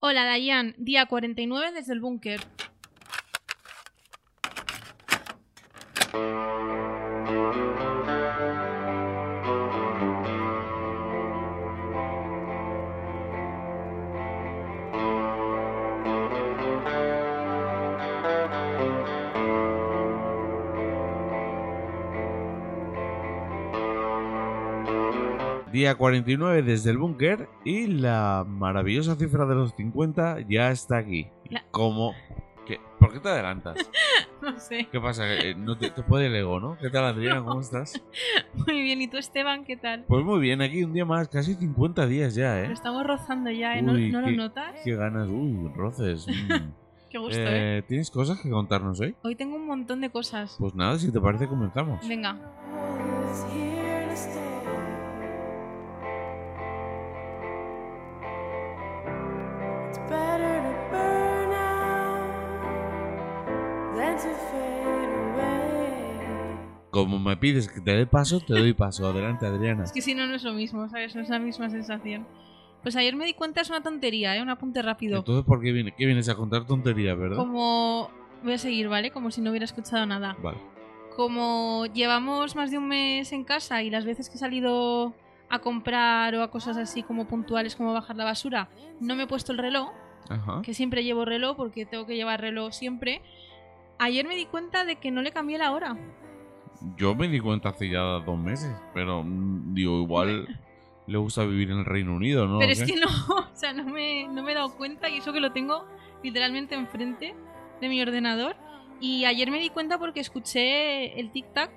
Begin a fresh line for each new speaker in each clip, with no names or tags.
Hola Dayan, día 49 desde el búnker.
Día 49 desde el búnker y la maravillosa cifra de los 50 ya está aquí.
La-
¿Cómo? ¿Qué? ¿Por qué te adelantas?
No sé.
¿Qué pasa? Eh, No te, te puede el ego, ¿no? ¿Qué tal, Adriana? ¿Cómo estás?
Muy bien, ¿y tú Esteban qué tal?
Pues muy bien, aquí un día más, casi 50 días ya,
Lo
¿eh?
estamos rozando ya, Pues, ¿eh? ¿No,
Uy,
no lo
qué-
notas?
Qué ganas, uy, roces. mm.
Qué gusto, ¿eh?
Eh, ¿Tienes cosas que contarnos hoy?
Hoy tengo un montón de cosas.
Pues nada, si te parece, comenzamos.
Venga,
Better to burn out than to fade away.
Como me pides que te dé paso, te doy paso. Adelante, Adriana.
es que si no, no es lo mismo, ¿sabes? No es la misma sensación. Pues ayer me di cuenta, es una tontería, ¿eh? Un apunte rápido.
Entonces, ¿por qué, viene- qué vienes a contar tonterías, verdad?
Como... Voy a seguir, ¿vale? Como si no hubiera escuchado nada.
Vale.
Como llevamos más de un mes en casa y las veces que he salido a comprar o a cosas así como puntuales como bajar la basura, no me he puesto el reloj,
Ajá.
que siempre llevo reloj porque tengo que llevar reloj siempre. Ayer me di cuenta de que no le cambié la hora.
Yo me di cuenta hace ya dos meses, pero mm, digo, igual le gusta vivir en el Reino Unido, ¿no?
Pero
¿O
es
qué?
que no, o sea, no me, no me he dado cuenta y eso que lo tengo literalmente enfrente de mi ordenador. Y ayer me di cuenta porque escuché el tic-tac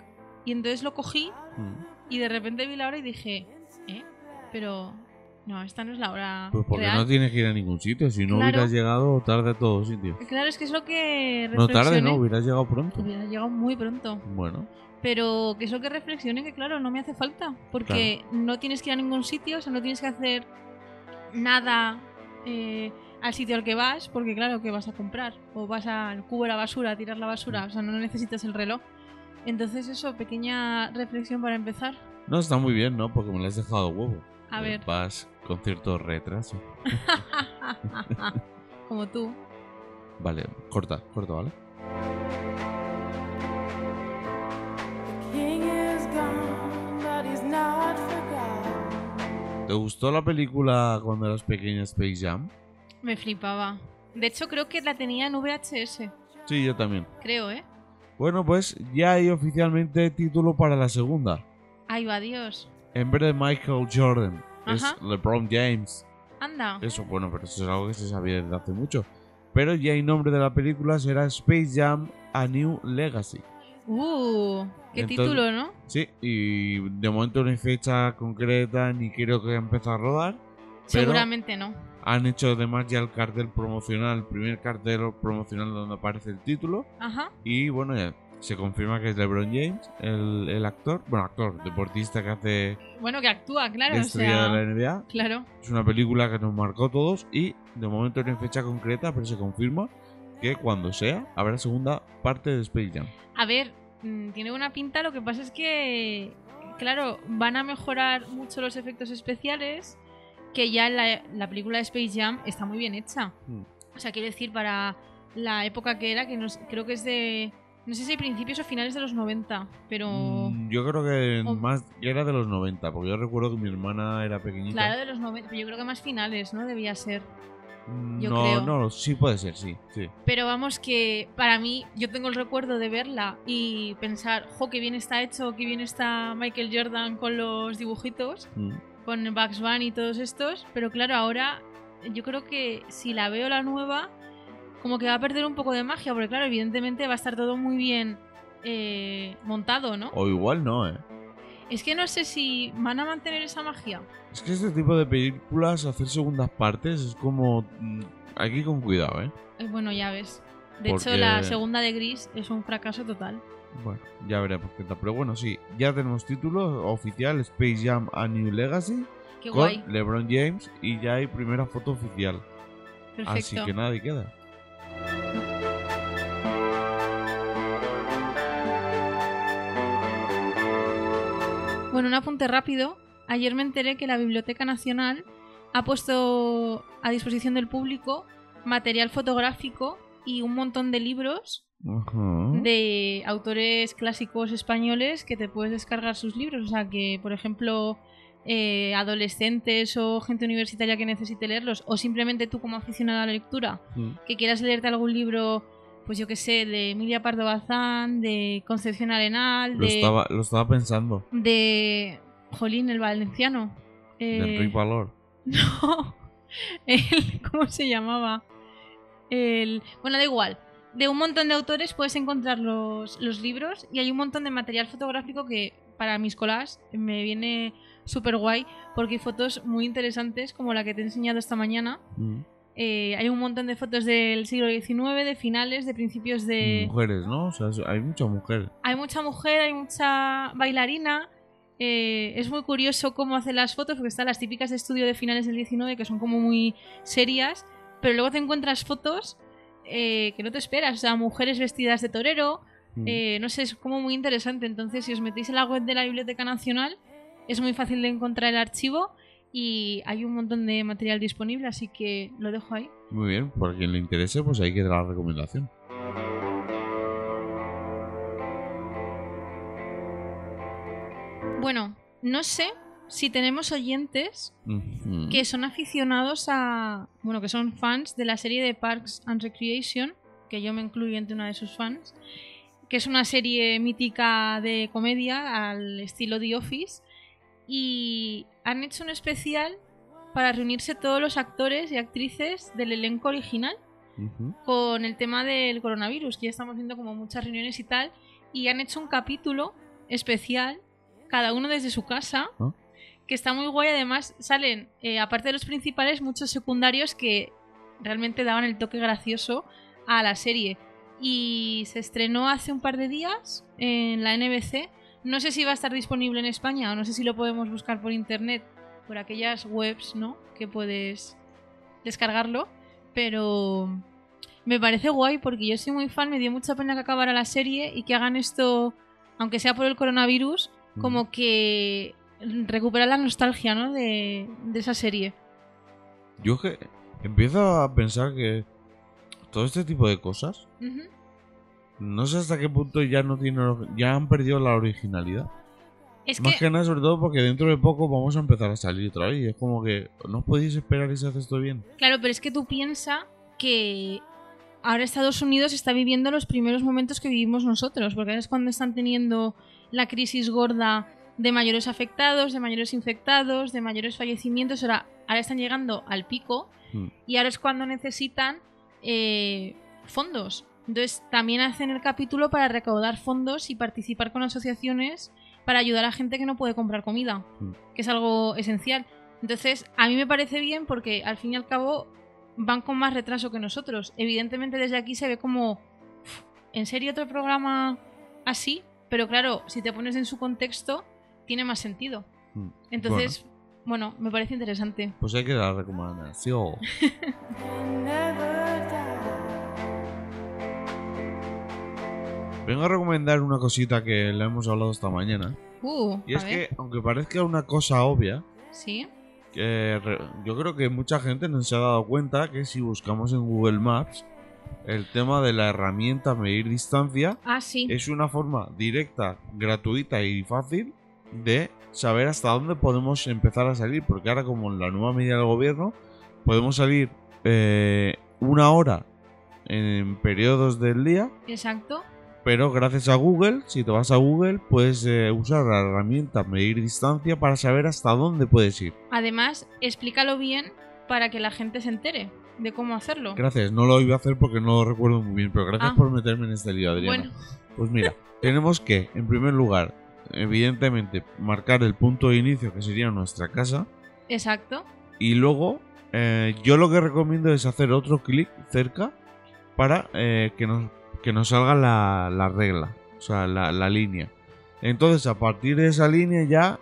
y entonces lo cogí
Mm.
y de repente vi la hora y dije, ¿eh? Pero no, esta no es la hora
Pues porque
real.
no tienes que ir a ningún sitio, si no
Claro.
hubieras llegado tarde a todos sitios.
Claro, es que es lo que
No tarde,
reflexioné.
no, hubieras llegado pronto.
Hubiera llegado muy pronto.
Bueno,
Pero que es lo que reflexioné, que claro, no me hace falta. Porque no tienes que ir a ningún sitio, o sea, no tienes que hacer nada eh, al sitio al que vas, porque claro, que vas a comprar. O vas al cubo de la basura, a tirar la basura, o sea, no necesitas el reloj. Entonces eso, pequeña reflexión para empezar.
no está muy bien, ¿no? Porque me lo has dejado huevo.
A
Eh,
ver,
Vas con cierto retraso.
como tú.
Vale, corta, corta, ¿vale?
King is gone, but he's not forgotten.
¿Te gustó la película cuando eras pequeña Space Jam?
Me flipaba. De hecho, creo que la tenía en VHS.
Sí, yo también.
Creo, ¿eh?
Bueno, pues ya hay oficialmente título para la segunda.
Ahí va, Dios.
En vez de Michael Jordan, es
Ajá.
LeBron James.
Anda.
Eso, bueno, pero eso es algo que se sabía desde hace mucho. Pero ya el nombre de la película será Space Jam A New Legacy.
Uh, qué
Entonces-
título, ¿no?
Sí, y de momento no hay fecha concreta ni creo que empiece a rodar. pero-
Seguramente no.
Han hecho además ya el cartel promocional, el primer cartel promocional donde aparece el título.
Ajá.
Y bueno, ya se confirma que es LeBron James, el, el actor, bueno, actor, deportista que hace
Bueno, que actúa, claro.
de
O
estrella
sea,
de la NBA.
claro.
Es una película que nos marcó a todos y de momento no hay fecha concreta, pero se confirma que cuando sea habrá segunda parte de Space Jam.
A ver, mm, tiene buena pinta, lo que pasa es que, claro, van a mejorar mucho los efectos especiales, que ya la, la película de Space Jam está muy bien hecha.
Mm.
O sea, quiero decir, para la época que era, que nos, creo que es de, no sé si principios o finales de los 90, pero...
Mm, Yo creo que
o-
más que era de los 90, porque yo recuerdo que mi hermana era pequeñita.
Claro, de los 90, pero yo creo que más finales, ¿no? Debía ser.
Mm,
yo
no,
creo.
no, sí puede ser, sí, sí.
Pero vamos que para mí, yo tengo el recuerdo de verla y pensar, jo, qué bien está hecho, qué bien está Michael Jordan con los dibujitos,
Mm.
con Bugs Bunny y todos estos. Pero claro, ahora yo creo que si la veo la nueva, como que va a perder un poco de magia, porque claro, evidentemente va a estar todo muy bien eh, montado, ¿no?
O igual no, ¿eh?
Es que no sé si van a mantener esa magia.
Es que este tipo de películas, hacer segundas partes, es como... mm, Aquí con cuidado, ¿eh?
Eh, bueno, ya ves. De hecho,
Porque-
la segunda de Gris es un fracaso total.
Bueno, ya veremos qué tal. Pero bueno, sí, ya tenemos título oficial, Space Jam A New Legacy.
Qué
con
guay.
LeBron James y ya hay primera foto oficial.
Perfecto.
Así que nada, y queda.
Bueno, un apunte rápido. Ayer me enteré que la Biblioteca Nacional ha puesto a disposición del público material fotográfico y un montón de libros
Ajá.
de autores clásicos españoles que te puedes descargar sus libros. O sea, que, por ejemplo, eh, adolescentes o gente universitaria que necesite leerlos, o simplemente tú como aficionada a la lectura,
Mm.
que quieras leerte algún libro, pues yo qué sé, de Emilia Pardo Bazán, de Concepción Arenal,
Lo,
de,
estaba, lo estaba pensando.
de Jolín el Valenciano.
De
Eh,
Enrique Valor.
no. El- ¿Cómo se llamaba? El, bueno, da igual. De un montón de autores puedes encontrar los, los libros y hay un montón de material fotográfico que para mis colas me viene súper guay porque hay fotos muy interesantes como la que te he enseñado esta mañana.
Mm.
Eh, hay un montón de fotos del siglo XIX, de finales, de principios de...
Mujeres, ¿no? O sea, hay mucha mujer.
Hay mucha mujer, hay mucha bailarina. eh, es muy curioso cómo hace las fotos, porque están las típicas de estudio de finales del 19, que son como muy serias, pero luego te encuentras fotos eh, que no te esperas, o sea, mujeres vestidas de torero,
Mm.
eh, no sé, es como muy interesante. Entonces, si os metéis en la web de la Biblioteca Nacional, es muy fácil de encontrar el archivo y hay un montón de material disponible, así que lo dejo ahí.
Muy bien, por quien le interese, pues ahí queda la recomendación.
Bueno, no sé si tenemos oyentes
Ujú.
que son aficionados a. Bueno, que son fans de la serie de Parks and Recreation, que yo me incluyo entre una de sus fans, que es una serie mítica de comedia al estilo The Office, y han hecho un especial para reunirse todos los actores y actrices del elenco original
Ujú.
con el tema del coronavirus, que ya estamos viendo como muchas reuniones y tal, y han hecho un capítulo especial, cada uno desde su casa,
Ah.
que está muy guay. Además, salen, eh, aparte de los principales, muchos secundarios que realmente daban el toque gracioso a la serie. Y se estrenó hace un par de días en la NBC. No sé si va a estar disponible en España o no sé si lo podemos buscar por internet, por aquellas webs, ¿no? Que puedes descargarlo. Pero me parece guay porque yo soy muy fan, me dio mucha pena que acabara la serie y que hagan esto, aunque sea por el coronavirus, como que recuperar la nostalgia, ¿no? De, de esa serie.
Yo es que empiezo a pensar que todo este tipo de cosas,
Ujú.
no sé hasta qué punto ya no tienen, ya han perdido la originalidad.
Es
Más
que,
que nada, sobre todo porque dentro de poco vamos a empezar a salir otra vez. Y es como que no os podéis esperar y se hace esto bien.
claro, pero es que tú piensa que ahora Estados Unidos está viviendo los primeros momentos que vivimos nosotros, porque ahora es cuando están teniendo la crisis gorda de mayores afectados, de mayores infectados, de mayores fallecimientos. Ahora, ahora están llegando al pico
Mm.
y ahora es cuando necesitan eh, fondos. Entonces también hacen el capítulo para recaudar fondos y participar con asociaciones para ayudar a gente que no puede comprar comida,
Mm.
que es algo esencial. Entonces a mí me parece bien porque al fin y al cabo van con más retraso que nosotros. Evidentemente desde aquí se ve como, "Uf, ¿en serio otro programa así? Pero claro, si te pones en su contexto, tiene más sentido.
Mm.
Entonces, bueno, me parece interesante.
Pues hay que dar la recomendación. Vengo a recomendar una cosita que la hemos hablado esta mañana.
Uh,
Y
a
es
ver,
que, aunque parezca una cosa obvia,
sí.
que re- yo creo que mucha gente no se ha dado cuenta que si buscamos en Google Maps el tema de la herramienta medir distancia
Ah, sí.
es una forma directa, gratuita y fácil de saber hasta dónde podemos empezar a salir, porque ahora como en la nueva medida del gobierno podemos salir eh, una hora en periodos del día,
Exacto.
pero gracias a Google, si te vas a Google, puedes eh, usar la herramienta medir distancia para saber hasta dónde puedes ir.
Además, explícalo bien para que la gente se entere de cómo hacerlo.
Gracias, no lo iba a hacer porque no lo recuerdo muy bien, pero gracias
Ah.
por meterme en este lío,
Bueno,
Adriana. Pues mira, tenemos que, en primer lugar, evidentemente, marcar el punto de inicio que sería nuestra casa.
exacto.
Y luego, eh, yo lo que recomiendo es hacer otro clic cerca para eh, que, nos, que nos salga la, la regla, o sea, la, la línea. Entonces, a partir de esa línea ya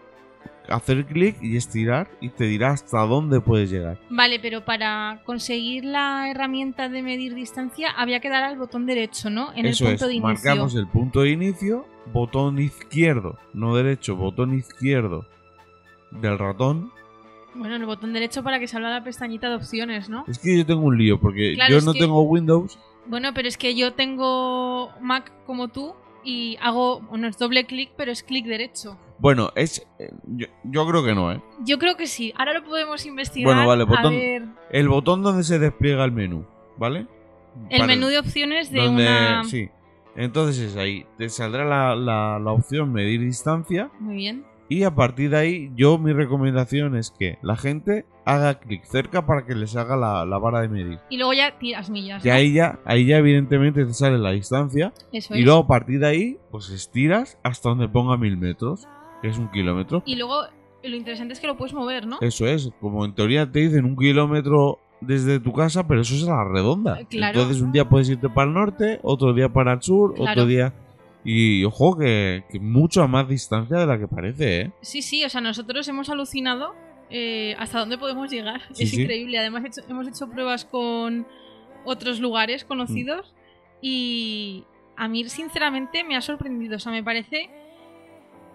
hacer clic y estirar y te dirá hasta dónde puedes llegar.
Vale, pero para conseguir la herramienta de medir distancia había que dar al botón derecho, ¿no? En
Eso
el punto
es,
de inicio.
marcamos el punto de inicio, botón izquierdo, no derecho, botón izquierdo del ratón
Bueno, el botón derecho para que salga la pestañita de opciones, ¿no?
Es que yo tengo un lío porque
Claro,
yo
es
no
que-
tengo Windows.
Bueno, pero es que yo tengo Mac como tú y hago, bueno, es doble clic, pero es clic derecho.
Bueno, es. eh, Yo, yo creo que no, ¿eh?
Yo creo que sí. Ahora lo podemos investigar.
Bueno, vale, botón-
A ver,
El botón donde se despliega el menú, ¿vale?
el
Para-
menú de opciones de
donde-
una.
Sí. Entonces es ahí. Te saldrá la, la- la opción medir distancia.
Muy bien.
Y a partir de ahí, yo mi recomendación es que la gente haga clic cerca para que les haga la, la vara de medir.
Y luego ya tiras millas.
Y
¿no?
ahí ya, ahí ya evidentemente te sale la distancia.
Eso
Y
es.
luego a partir de ahí, pues estiras hasta donde ponga mil metros, que es un kilómetro.
Y luego lo interesante es que lo puedes mover, ¿no?
Eso es, como en teoría te dicen un kilómetro desde tu casa, pero eso es a la redonda.
Eh, claro.
Entonces un día puedes irte para el norte, otro día para el sur,
Claro.
otro día... Y ojo, que, que mucho a más distancia de la que parece, ¿eh?
Sí, sí, o sea, nosotros hemos alucinado eh, hasta dónde podemos llegar.
Sí,
es
sí.
increíble. Además, hecho- hemos hecho pruebas con otros lugares conocidos y a mí, sinceramente, me ha sorprendido. O sea, me parece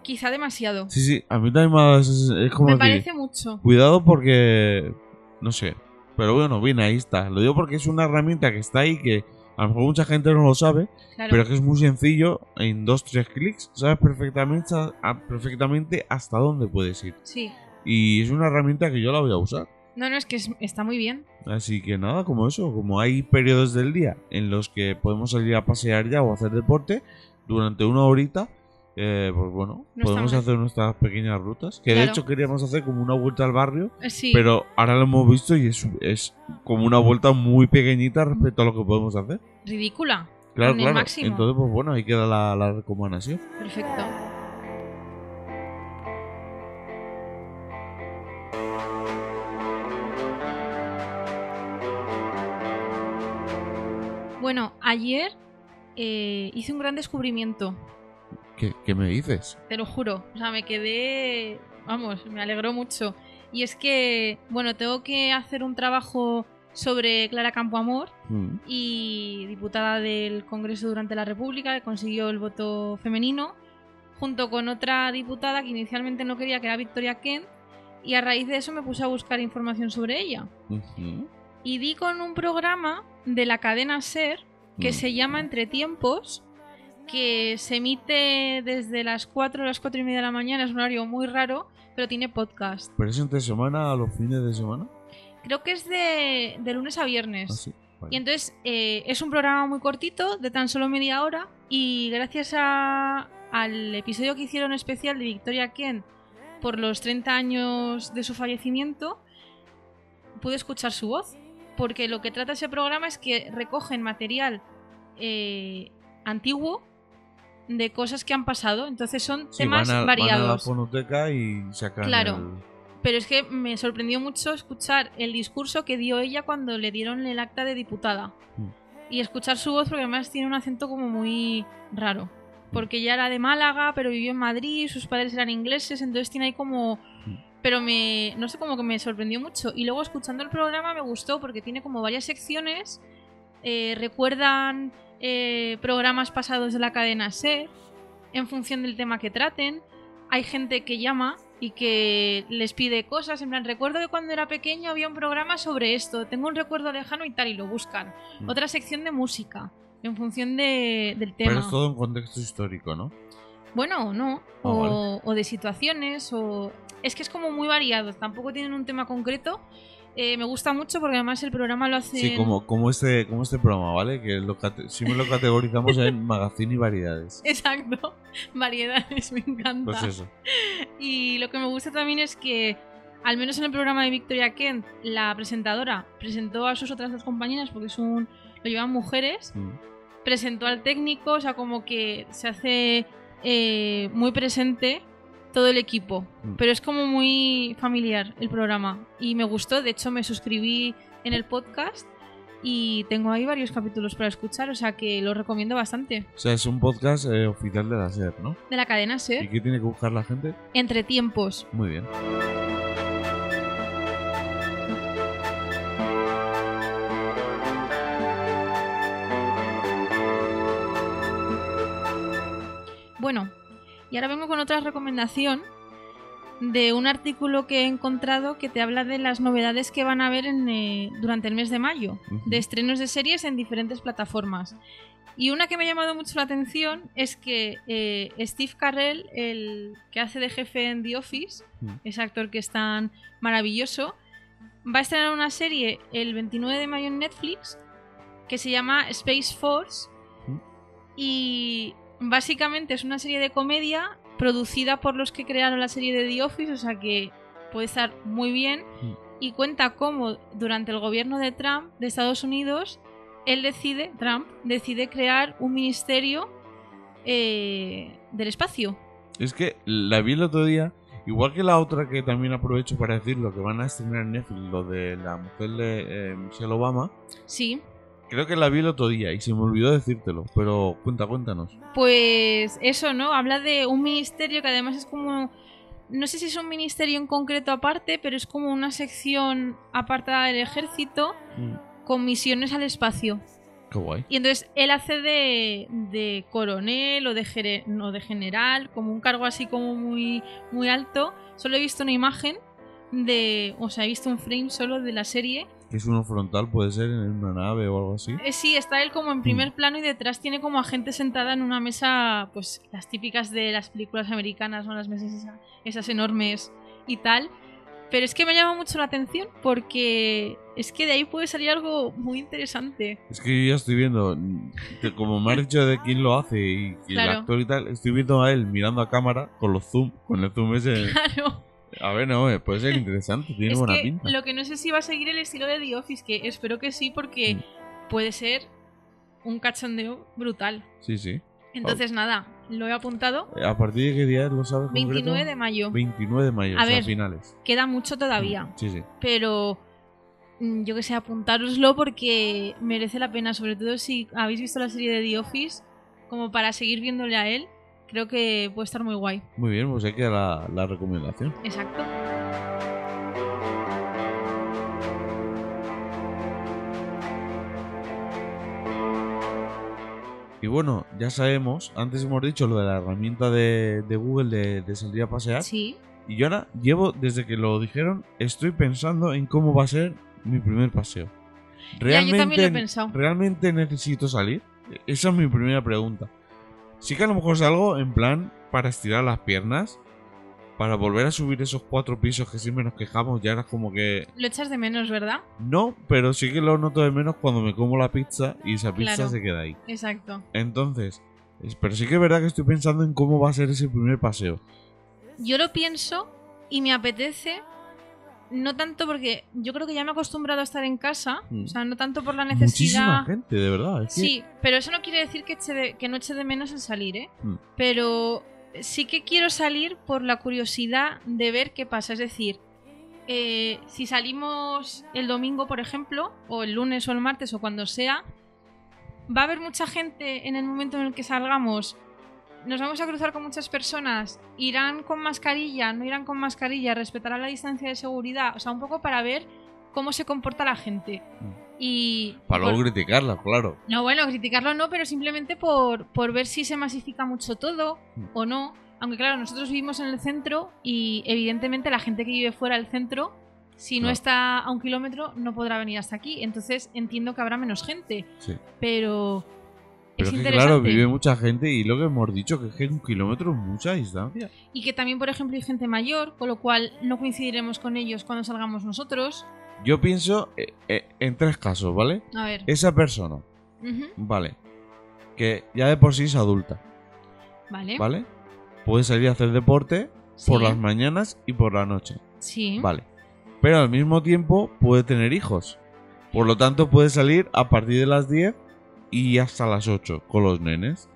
quizá demasiado.
Sí, sí, a mí también me ha dado esa sens- Es como
me
que...
parece mucho.
Cuidado porque... No sé. Pero bueno, bien, ahí está. Lo digo porque es una herramienta que está ahí que a lo mejor mucha gente no lo sabe,
Claro.
pero es que es muy sencillo. En dos, tres clics sabes perfectamente, a- perfectamente hasta dónde puedes ir.
Sí.
Y es una herramienta que yo la voy a usar.
No, no, es que es- está muy bien.
Así que nada, como eso, como hay periodos del día en los que podemos salir a pasear ya o hacer deporte durante una horita, eh, pues bueno,
No está
podemos
mal.
hacer nuestras pequeñas rutas. Que de
Claro.
hecho queríamos hacer como una vuelta al barrio,
Eh, Sí.
pero ahora lo hemos visto y es, es como una vuelta muy pequeñita respecto a lo que podemos hacer.
Ridícula.
Claro,
Con el
claro.
máximo.
Entonces, pues bueno, ahí queda la, la recomendación.
Perfecto. Bueno, ayer eh, hice un gran descubrimiento,
¿Qué, qué me dices?
te lo juro. O sea, me quedé. Vamos, me alegró mucho. Y es que, bueno, tengo que hacer un trabajo sobre Clara Campoamor
Mm,
y diputada del Congreso durante la República, que consiguió el voto femenino, junto con otra diputada que inicialmente no quería, que era Victoria Kent, y a raíz de eso me puse a buscar información sobre ella.
mm, ujú,
Y di con un programa de la cadena SER que
mm.
se llama Entre Tiempos, que se emite desde las 4 a las 4 y media de la mañana, es un horario muy raro, pero tiene podcast.
¿Pero es entre semana a los fines de semana?
Creo que es de, de lunes a viernes.
Ah, sí.
Y entonces eh, es un programa muy cortito, de tan solo media hora, y gracias a- al episodio que hicieron especial de Victoria Kent por los 30 años de su fallecimiento, pude escuchar su voz, porque lo que trata ese programa es que recogen material eh, antiguo de cosas que han pasado, entonces son
Sí,
temas
van a- Van a la
variados.
fonoteca y sacan.
Claro.
el-
Pero es que me sorprendió mucho escuchar el discurso que dio ella cuando le dieron el acta de diputada.
Mm.
Y escuchar su voz porque además tiene un acento como muy raro. Porque ella era de Málaga, pero vivió en Madrid, sus padres eran ingleses, entonces tiene ahí como...
Mm.
Pero me... No sé, como que me sorprendió mucho. Y luego escuchando el programa me gustó porque tiene como varias secciones. eh, recuerdan eh, programas pasados de la cadena SER en función del tema que traten hay gente que llama y que les pide cosas. En plan, recuerdo que cuando era pequeño había un programa sobre esto. Tengo un recuerdo lejano y tal, y lo buscan.
Mm.
Otra sección de música, en función de- del tema.
Pero es todo en contexto histórico, ¿no?
Bueno, o no.
Ah,
o, o de situaciones, o. Es que es como muy variado. Tampoco tienen un tema concreto. Eh, me gusta mucho porque además el programa lo hace.
Sí, como, como, este, como este programa, ¿vale? Que lo cate- siempre lo categorizamos en magazine y variedades.
Exacto. Variedades, me encanta.
Pues eso.
Y lo que me gusta también es que, al menos en el programa de Victoria Kent, la presentadora presentó a sus otras dos compañeras, porque es un, lo llevan mujeres,
Mm.
presentó al técnico, o sea, como que se hace eh, muy presente todo el equipo.
Mm.
Pero es como muy familiar el programa. Y me gustó, de hecho me suscribí en el podcast y tengo ahí varios capítulos para escuchar, o sea que lo recomiendo bastante.
O sea, es un podcast eh, oficial de la SER, ¿no?
De la cadena
¿Y
SER,
qué tiene que buscar la gente?
entre tiempos.
Muy bien.
Bueno, y ahora vengo con otra recomendación de un artículo que he encontrado que te habla de las novedades que van a haber en, eh, durante el mes de mayo,
Ujú.
de estrenos de series en diferentes plataformas. Y una que me ha llamado mucho la atención es que eh, Steve Carrell, el que hace de jefe en The Office,
Mm.
ese actor que es tan maravilloso, va a estrenar una serie el 29 de mayo en Netflix que se llama Space Force
Mm.
y básicamente es una serie de comedia producida por los que crearon la serie de The Office, o sea que puede estar muy bien
Mm.
y cuenta cómo durante el gobierno de Trump de Estados Unidos él decide, Trump decide crear un ministerio eh, del espacio.
Es que la vi el otro día, igual que la otra que también aprovecho para decir lo que van a estrenar en Netflix, lo de la mujer de eh, Michelle Obama.
Sí,
Creo que la vi el otro día y se me olvidó decírtelo, pero cuenta, cuéntanos.
Pues eso, ¿no? Habla de un ministerio que además es como... No sé si es un ministerio en concreto aparte, pero es como una sección apartada del ejército con misiones al espacio.
Qué guay.
Y entonces él hace de, de coronel o de, gere- no, de general, como un cargo así como muy, muy alto. Solo he visto una imagen de... O sea, he visto un frame solo de la serie.
Que es uno frontal, puede ser, en una nave o algo así.
Eh, sí, está él como en primer plano y detrás tiene como a gente sentada en una mesa, pues las típicas de las películas americanas, ¿no? Las mesas esa- esas enormes y tal. Pero es que me llama mucho la atención porque es que de ahí puede salir algo muy interesante.
Es que yo ya estoy viendo, mm, que como me has dicho de quién lo hace y, y el
Claro.
actor y tal, estoy viendo a él mirando a cámara con los zoom, con el zoom ese.
Claro.
A ver, no, eh, puede ser interesante, tiene
es
buena
que
pinta.
lo que no sé si va a seguir el estilo de The Office, que espero que sí, porque
Mm.
puede ser un cachondeo brutal.
Sí, sí.
Entonces, nada, lo he apuntado.
Eh, ¿A partir de qué día lo sabes?
29
concreto?
de mayo.
29 de mayo,
A
o sea,
ver.
finales. Mm,
Queda mucho todavía.
Sí, sí.
pero mm, yo que sé, apuntároslo porque merece la pena, sobre todo si habéis visto la serie de The Office, como para seguir viéndole a él, creo que puede estar muy guay.
Muy bien, pues ahí queda la, la recomendación.
Exacto.
Y bueno, ya sabemos, antes hemos dicho lo de la herramienta de, de Google de, de salir a pasear.
Sí.
Y yo ahora llevo, desde que lo dijeron, estoy pensando en cómo va a ser mi primer paseo.
Ya, yo también lo he
Realmente-
pensado.
¿Realmente necesito salir? E-, Esa es mi primera pregunta. Sí que a lo mejor salgo en plan para estirar las piernas, para volver a subir esos cuatro pisos que siempre nos quejamos, ya era como que
Lo echas de menos, ¿verdad?
no, pero sí que lo noto de menos cuando me como la pizza y esa pizza
Claro.
se queda ahí.
Exacto.
Entonces, es- pero sí que es verdad que estoy pensando en cómo va a ser ese primer paseo.
Yo lo pienso y me apetece, no tanto porque yo creo que ya me he acostumbrado a estar en casa,
Mm.
o sea, no tanto por la
Muchísima
necesidad.
gente, de verdad. es que-
Sí, pero eso no quiere decir que, eche de- que no eche de menos el salir, ¿eh?
Mm.
Pero sí que quiero salir por la curiosidad de ver qué pasa. Es decir, eh, si salimos el domingo, por ejemplo, o el lunes o el martes o cuando sea, va a haber mucha gente en el momento en el que salgamos. Nos vamos a cruzar con muchas personas. Irán con mascarilla, no irán con mascarilla, respetarán la distancia de seguridad. O sea, un poco para ver cómo se comporta la gente.
Mm.
Y
Para
por-
luego criticarla, claro.
no, bueno, criticarlo no, pero simplemente por, por ver si se masifica mucho todo
Mm.
o no. Aunque claro, nosotros vivimos en el centro y evidentemente la gente que vive fuera del centro, si no
Claro.
está a un kilómetro, no podrá venir hasta aquí. Entonces entiendo que habrá menos gente,
Sí.
pero,
Pero
es
es que,
interesante.
claro, vive mucha gente y lo que hemos dicho, que es que un kilómetro es mucha distancia.
Y que también, por ejemplo, hay gente mayor, con lo cual no coincidiremos con ellos cuando salgamos nosotros.
Yo pienso eh, eh, en tres casos, ¿vale?
A ver.
Esa persona,
Ujú,
¿vale? Que ya de por sí es adulta,
Vale.
¿vale? Puede salir a hacer deporte
Sí.
por las mañanas y por la noche,
Sí.
¿vale? Pero al mismo tiempo puede tener hijos. Por lo tanto, puede salir a partir de las 10 y hasta las 8 con los nenes.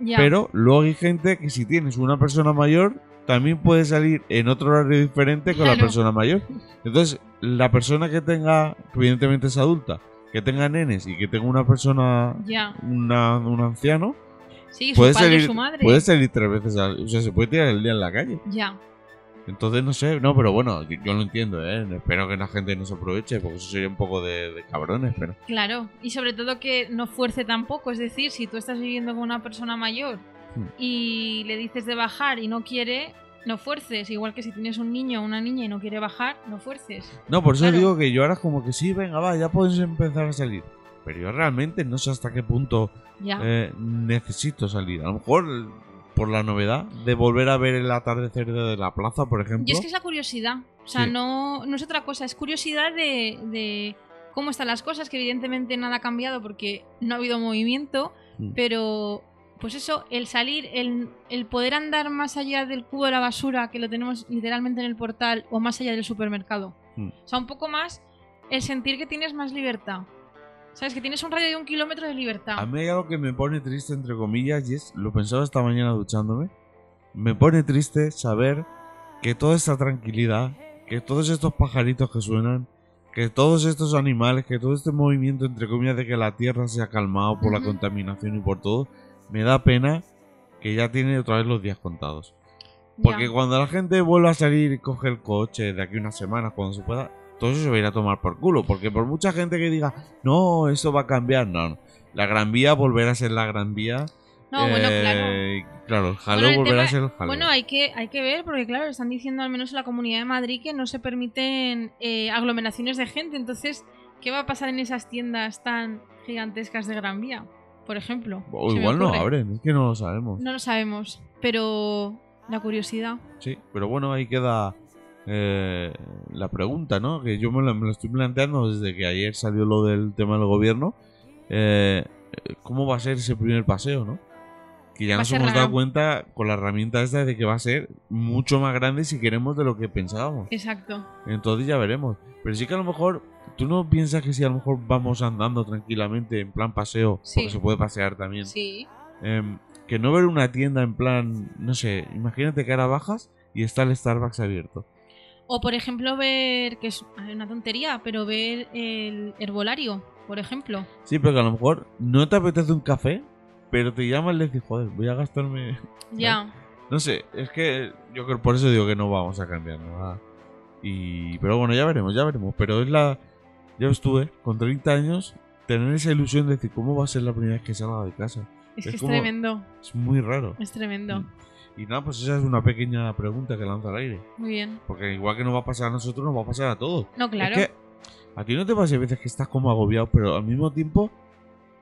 Ya.
Pero luego hay gente que si tienes una persona mayor, también puede salir en otro horario diferente con la
Claro.
persona mayor. Entonces, la persona que tenga, que evidentemente es adulta, que tenga nenes y que tenga una persona,
Ya.
una- un anciano,
Sí, su
puede
padre,
salir,
su madre.
puede salir tres veces al O sea, se puede tirar el día en la calle.
Ya.
Entonces, no sé, no, pero bueno, yo, yo lo entiendo, ¿eh? Espero que la gente no se aproveche, porque eso sería un poco de, de cabrones, pero...
Claro, y sobre todo que no fuerce tampoco, es decir, si tú estás viviendo con una persona mayor
Hmm.
y le dices de bajar y no quiere, No fuerces, igual que si tienes un niño o una niña y no quiere bajar, no fuerces.
No, por eso
Claro.
digo que yo ahora es como que sí, venga, va, ya puedes empezar a salir. Pero yo realmente no sé hasta qué punto
Ya.
eh, necesito salir. A lo mejor eh, por la novedad de volver a ver el atardecer de la plaza, por ejemplo.
Y es que es la curiosidad. O sea,
Sí.
no, no es otra cosa, es curiosidad de, de cómo están las cosas, que evidentemente nada ha cambiado porque no ha habido movimiento,
Mm.
pero pues eso, el salir, el, el poder andar más allá del cubo de la basura que lo tenemos literalmente en el portal o más allá del supermercado.
Mm.
O sea, un poco más el sentir que tienes más libertad. ¿Sabes? Que tienes un radio de un kilómetro de libertad.
A mí hay algo que me pone triste, entre comillas, y es, lo pensaba esta mañana duchándome, me pone triste saber que toda esta tranquilidad, que todos estos pajaritos que suenan, que todos estos animales, que todo este movimiento, entre comillas, de que la Tierra se ha calmado por la
Ujú.
contaminación y por todo, me da pena que ya tiene otra vez los días contados. Porque
Ya.
cuando la gente vuelva a salir y coge el coche de aquí unas semanas, cuando se pueda, todo eso se va a ir a tomar por culo. Porque por mucha gente que diga, no, eso va a cambiar, no. no. La Gran Vía volverá a ser la Gran Vía.
No, bueno,
eh,
claro.
y Claro, el jaleo
Bueno, el
volverá
tema-
a ser el jaleo.
Bueno, hay que, hay que ver, porque claro, están diciendo al menos en la Comunidad de Madrid que no se permiten eh, aglomeraciones de gente. Entonces, ¿qué va a pasar en esas tiendas tan gigantescas de Gran Vía, por ejemplo?
o
Se me
igual no
ocurre.
abren, es que no lo sabemos.
No lo sabemos, pero la curiosidad.
Sí, pero bueno, ahí queda eh, la pregunta, ¿no? Que yo me la, me la estoy planteando desde que ayer salió lo del tema del gobierno. Eh, eh, ¿Cómo va a ser ese primer paseo, no? Que
Va
ya
a
nos
ser
hemos dado
raro.
cuenta con la herramienta esta de que va a ser mucho más grande si queremos de lo que pensábamos.
Exacto.
Entonces ya veremos. Pero sí que a lo mejor, ¿tú no piensas que si a lo mejor vamos andando tranquilamente en plan paseo,
Sí.
porque se puede pasear también,
Sí.
em, que no ver una tienda en plan, no sé, imagínate que ahora bajas y está el Starbucks abierto.
O por ejemplo, ver, que es a ver, una tontería, pero ver el herbolario, por ejemplo.
Sí, pero que a lo mejor no te apetece un café, pero te llaman y le dices, joder, voy a gastarme.
Ya.
No sé, es que yo creo por eso digo que no vamos a cambiar nada. Y, pero bueno, ya veremos, ya veremos. Pero es la. Ya estuve, con 30 años, tener esa ilusión de decir, ¿cómo va a ser la primera vez que salga de casa?
Es
Es
que es
como- Mm.
tremendo,
Es muy raro.
es tremendo.
Y nada, pues esa es una pequeña pregunta que lanza al aire.
Muy bien.
Porque igual que nos va a pasar a nosotros, nos va a pasar a todos.
No, claro.
Es que a ti no te pasa a veces que estás como agobiado, pero al mismo tiempo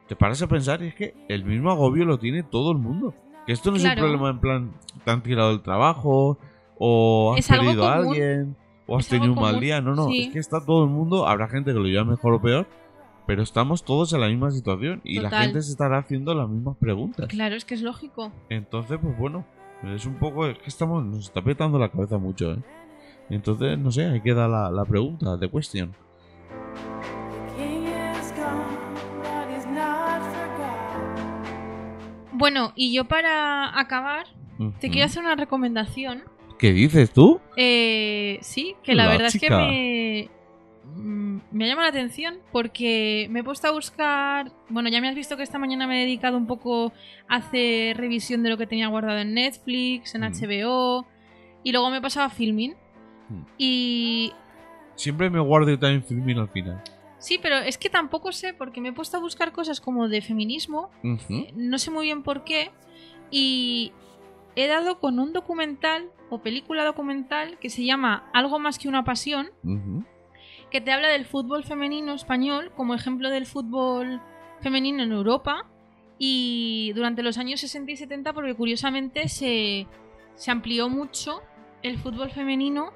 te paras a pensar y es que el mismo agobio lo tiene todo el mundo. Que esto no es
Claro.
un problema en plan, te han tirado el trabajo o has
Es algo
perdido a
común.
alguien o has
Es algo
tenido un mal
común,
día. No, no,
sí.
es que está todo el mundo, habrá gente que lo lleva mejor o peor, pero estamos todos en la misma situación y la
Total.
gente se estará haciendo las mismas preguntas.
Claro, es que es lógico.
Entonces, pues bueno, es un poco. Es que estamos. Nos está petando la cabeza mucho, ¿eh? Entonces, no sé, ahí queda la, la pregunta, the question.
King is gone, but he's not forgotten.
Bueno, y yo para acabar, te
Ujú.
quiero hacer una recomendación.
¿Qué dices tú?
Eh, sí, que la,
La
verdad
chica.
es que me, mm, me llama la atención porque me he puesto a buscar. Bueno, ya me has visto que esta mañana me he dedicado un poco a hacer revisión de lo que tenía guardado en Netflix, en
Mm.
HBO. Y luego me he pasado a filming.
Mm.
Y
Siempre me guardo yo también filming al final.
sí, pero es que tampoco sé porque me he puesto a buscar cosas como de feminismo
Ujú.
Eh, no sé muy bien por qué, y he dado con un documental o película documental que se llama Algo más que una pasión,
Ujú.
que te habla del fútbol femenino español como ejemplo del fútbol femenino en Europa y durante los años 60 y 70 porque curiosamente se, se amplió mucho el fútbol femenino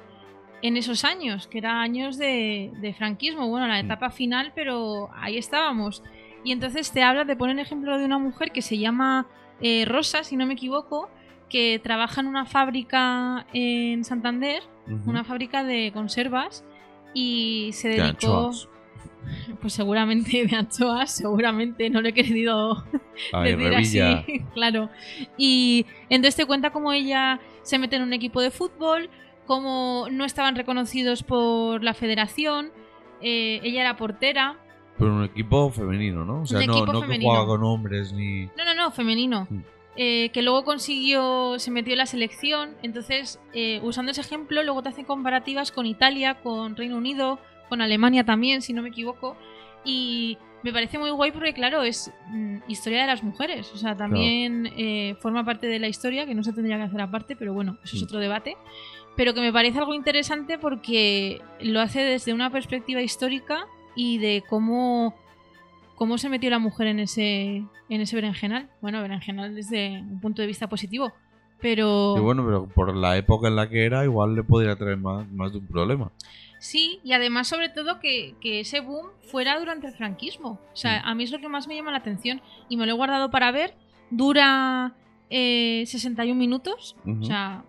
en esos años, que eran años de, de franquismo, bueno, la etapa final, pero ahí estábamos. Y entonces te habla, te pone el ejemplo de una mujer que se llama eh, Rosa, si no me equivoco, que trabaja en una fábrica en Santander
Ujú.
una fábrica de conservas y se
De
dedicó
anchoas.
pues seguramente de anchoas seguramente no lo he querido
Ay,
decir
Revilla.
así claro y entonces te cuenta cómo ella se mete en un equipo de fútbol cómo no estaban reconocidos por la federación eh, ella era portera
Pero un equipo femenino, ¿no? O sea,
Un
no,
equipo
no que
femenino.
jugaba con hombres ni.
No, no, no, femenino.
Mm.
Eh, que luego consiguió, se metió en la selección. Entonces, eh, usando ese ejemplo, luego te hacen comparativas con Italia, con Reino Unido, con Alemania también, si no me equivoco. Y me parece muy guay porque, claro, es mm, historia de las mujeres. O sea, también eh, forma parte de la historia, que no se tendría que hacer aparte, pero bueno, eso es
Mm.
otro debate. Pero que me parece algo interesante porque lo hace desde una perspectiva histórica y de cómo, cómo se metió la mujer en ese, en ese berenjenal. Bueno, berenjenal desde un punto de vista positivo, pero...
Y bueno, pero por la época en la que era, igual le podría traer más, más de un problema.
Sí, y además sobre todo que, que ese boom fuera durante el franquismo. O sea,
Mm.
a mí es lo que más me llama la atención y me lo he guardado para ver. Dura eh, 61 minutos,
Ujú.
o sea,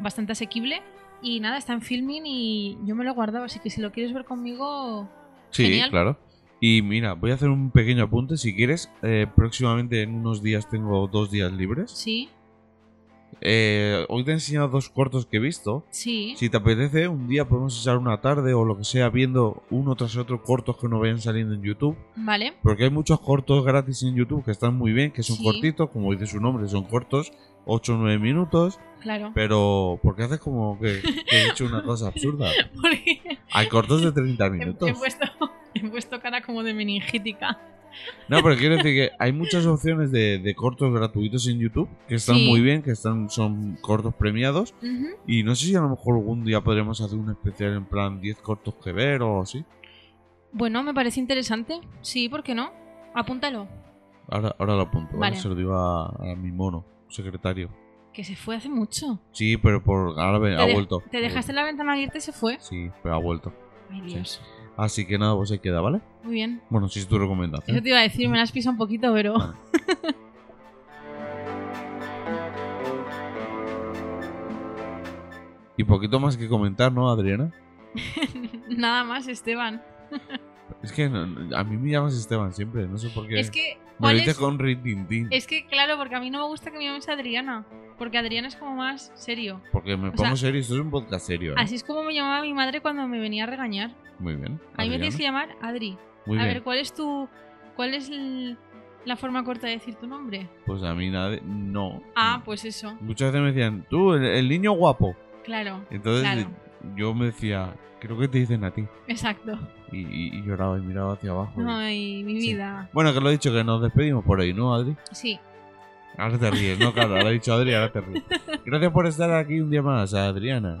bastante asequible. Y nada, está en filming y yo me lo he guardado, así que si lo quieres ver conmigo...
Sí,
Genial.
claro. Y mira, voy a hacer un pequeño apunte si quieres. Eh, próximamente en unos días tengo dos días libres.
Sí,
Eh, hoy te he enseñado dos cortos que he visto.
sí,
Si te apetece, un día podemos echar una tarde o lo que sea viendo uno tras otro cortos que no vayan saliendo en YouTube.
vale.
Porque hay muchos cortos gratis en YouTube que están muy bien, que son
Sí.
cortitos, como dice su nombre, son cortos, 8 o 9 minutos.
Claro.
Pero, porque haces como que, que he dicho una cosa absurda?
Porque
Hay cortos de 30
he, he
minutos.
puesto, he puesto cara como de meningítica.
No, pero quiero decir que hay muchas opciones de, de cortos gratuitos en YouTube que están
Sí.
muy bien, que están son cortos premiados.
Ujú.
Y no sé si a lo mejor algún día podremos hacer un especial en plan 10 cortos que ver o así.
Bueno, me parece interesante. Sí, ¿por qué no? Apúntalo.
Ahora, ahora lo apunto, ¿vale?
Vale.
se lo digo a, a mi mono, secretario.
Que se fue hace mucho.
Sí, pero por ahora ve-
Te
ha
de-
vuelto.
Te dejaste la ventana abierta y se fue.
Sí, pero ha vuelto.
Ay, Dios.
Así que nada, pues se queda, ¿vale?
Muy bien.
Bueno, si es tu recomendación.
Eso te iba a decir, me las pisa un poquito, pero.
Y poquito más que comentar, ¿no, Adriana?
Nada más, Esteban.
Es que no- a mí me llamas Esteban siempre, no sé por qué.
Es que.
me
¿cuál
lo dices
es?
con Rintintín.
Es que, claro, porque a mí no me gusta que me llames Adriana. Porque Adriana es como más serio.
Porque me
o sea,
pongo serio, esto es un podcast serio. ¿eh?
Así es como me llamaba mi madre cuando me venía a regañar.
Muy bien.
A mí me
Adriana.
tienes que llamar Adri.
Muy
a
bien.
ver, ¿cuál es tu. ¿Cuál es l- la forma corta de decir tu nombre?
Pues a mí nada, de- no.
Ah, pues eso.
Muchas veces me decían, tú, el, el niño guapo.
Claro,
Entonces
Claro.
yo me decía, creo que te dicen a ti.
exacto.
Y, y- y lloraba y miraba hacia abajo. y-
Ay, mi
Sí.
vida.
Bueno, que lo he dicho, que nos despedimos por ahí, ¿no, Adri?
Sí.
Ahora te ríes, no, claro, ahora he dicho Adri, ahora te ríes. Gracias por estar aquí un día más, Adriana.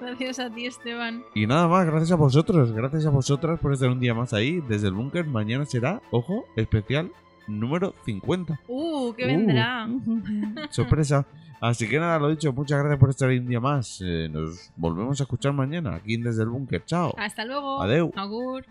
Gracias a ti, Esteban.
Y nada más, gracias a vosotros, gracias a vosotras por estar un día más ahí desde el búnker. Mañana será, ojo, especial número 50.
Uh, ¿qué
Uh.
vendrá?
Sorpresa. Así que nada, lo dicho, muchas gracias por estar ahí un día más. Eh, nos volvemos a escuchar mañana aquí en Desde el Búnker. Chao.
Hasta luego.
Adeu.
Agur.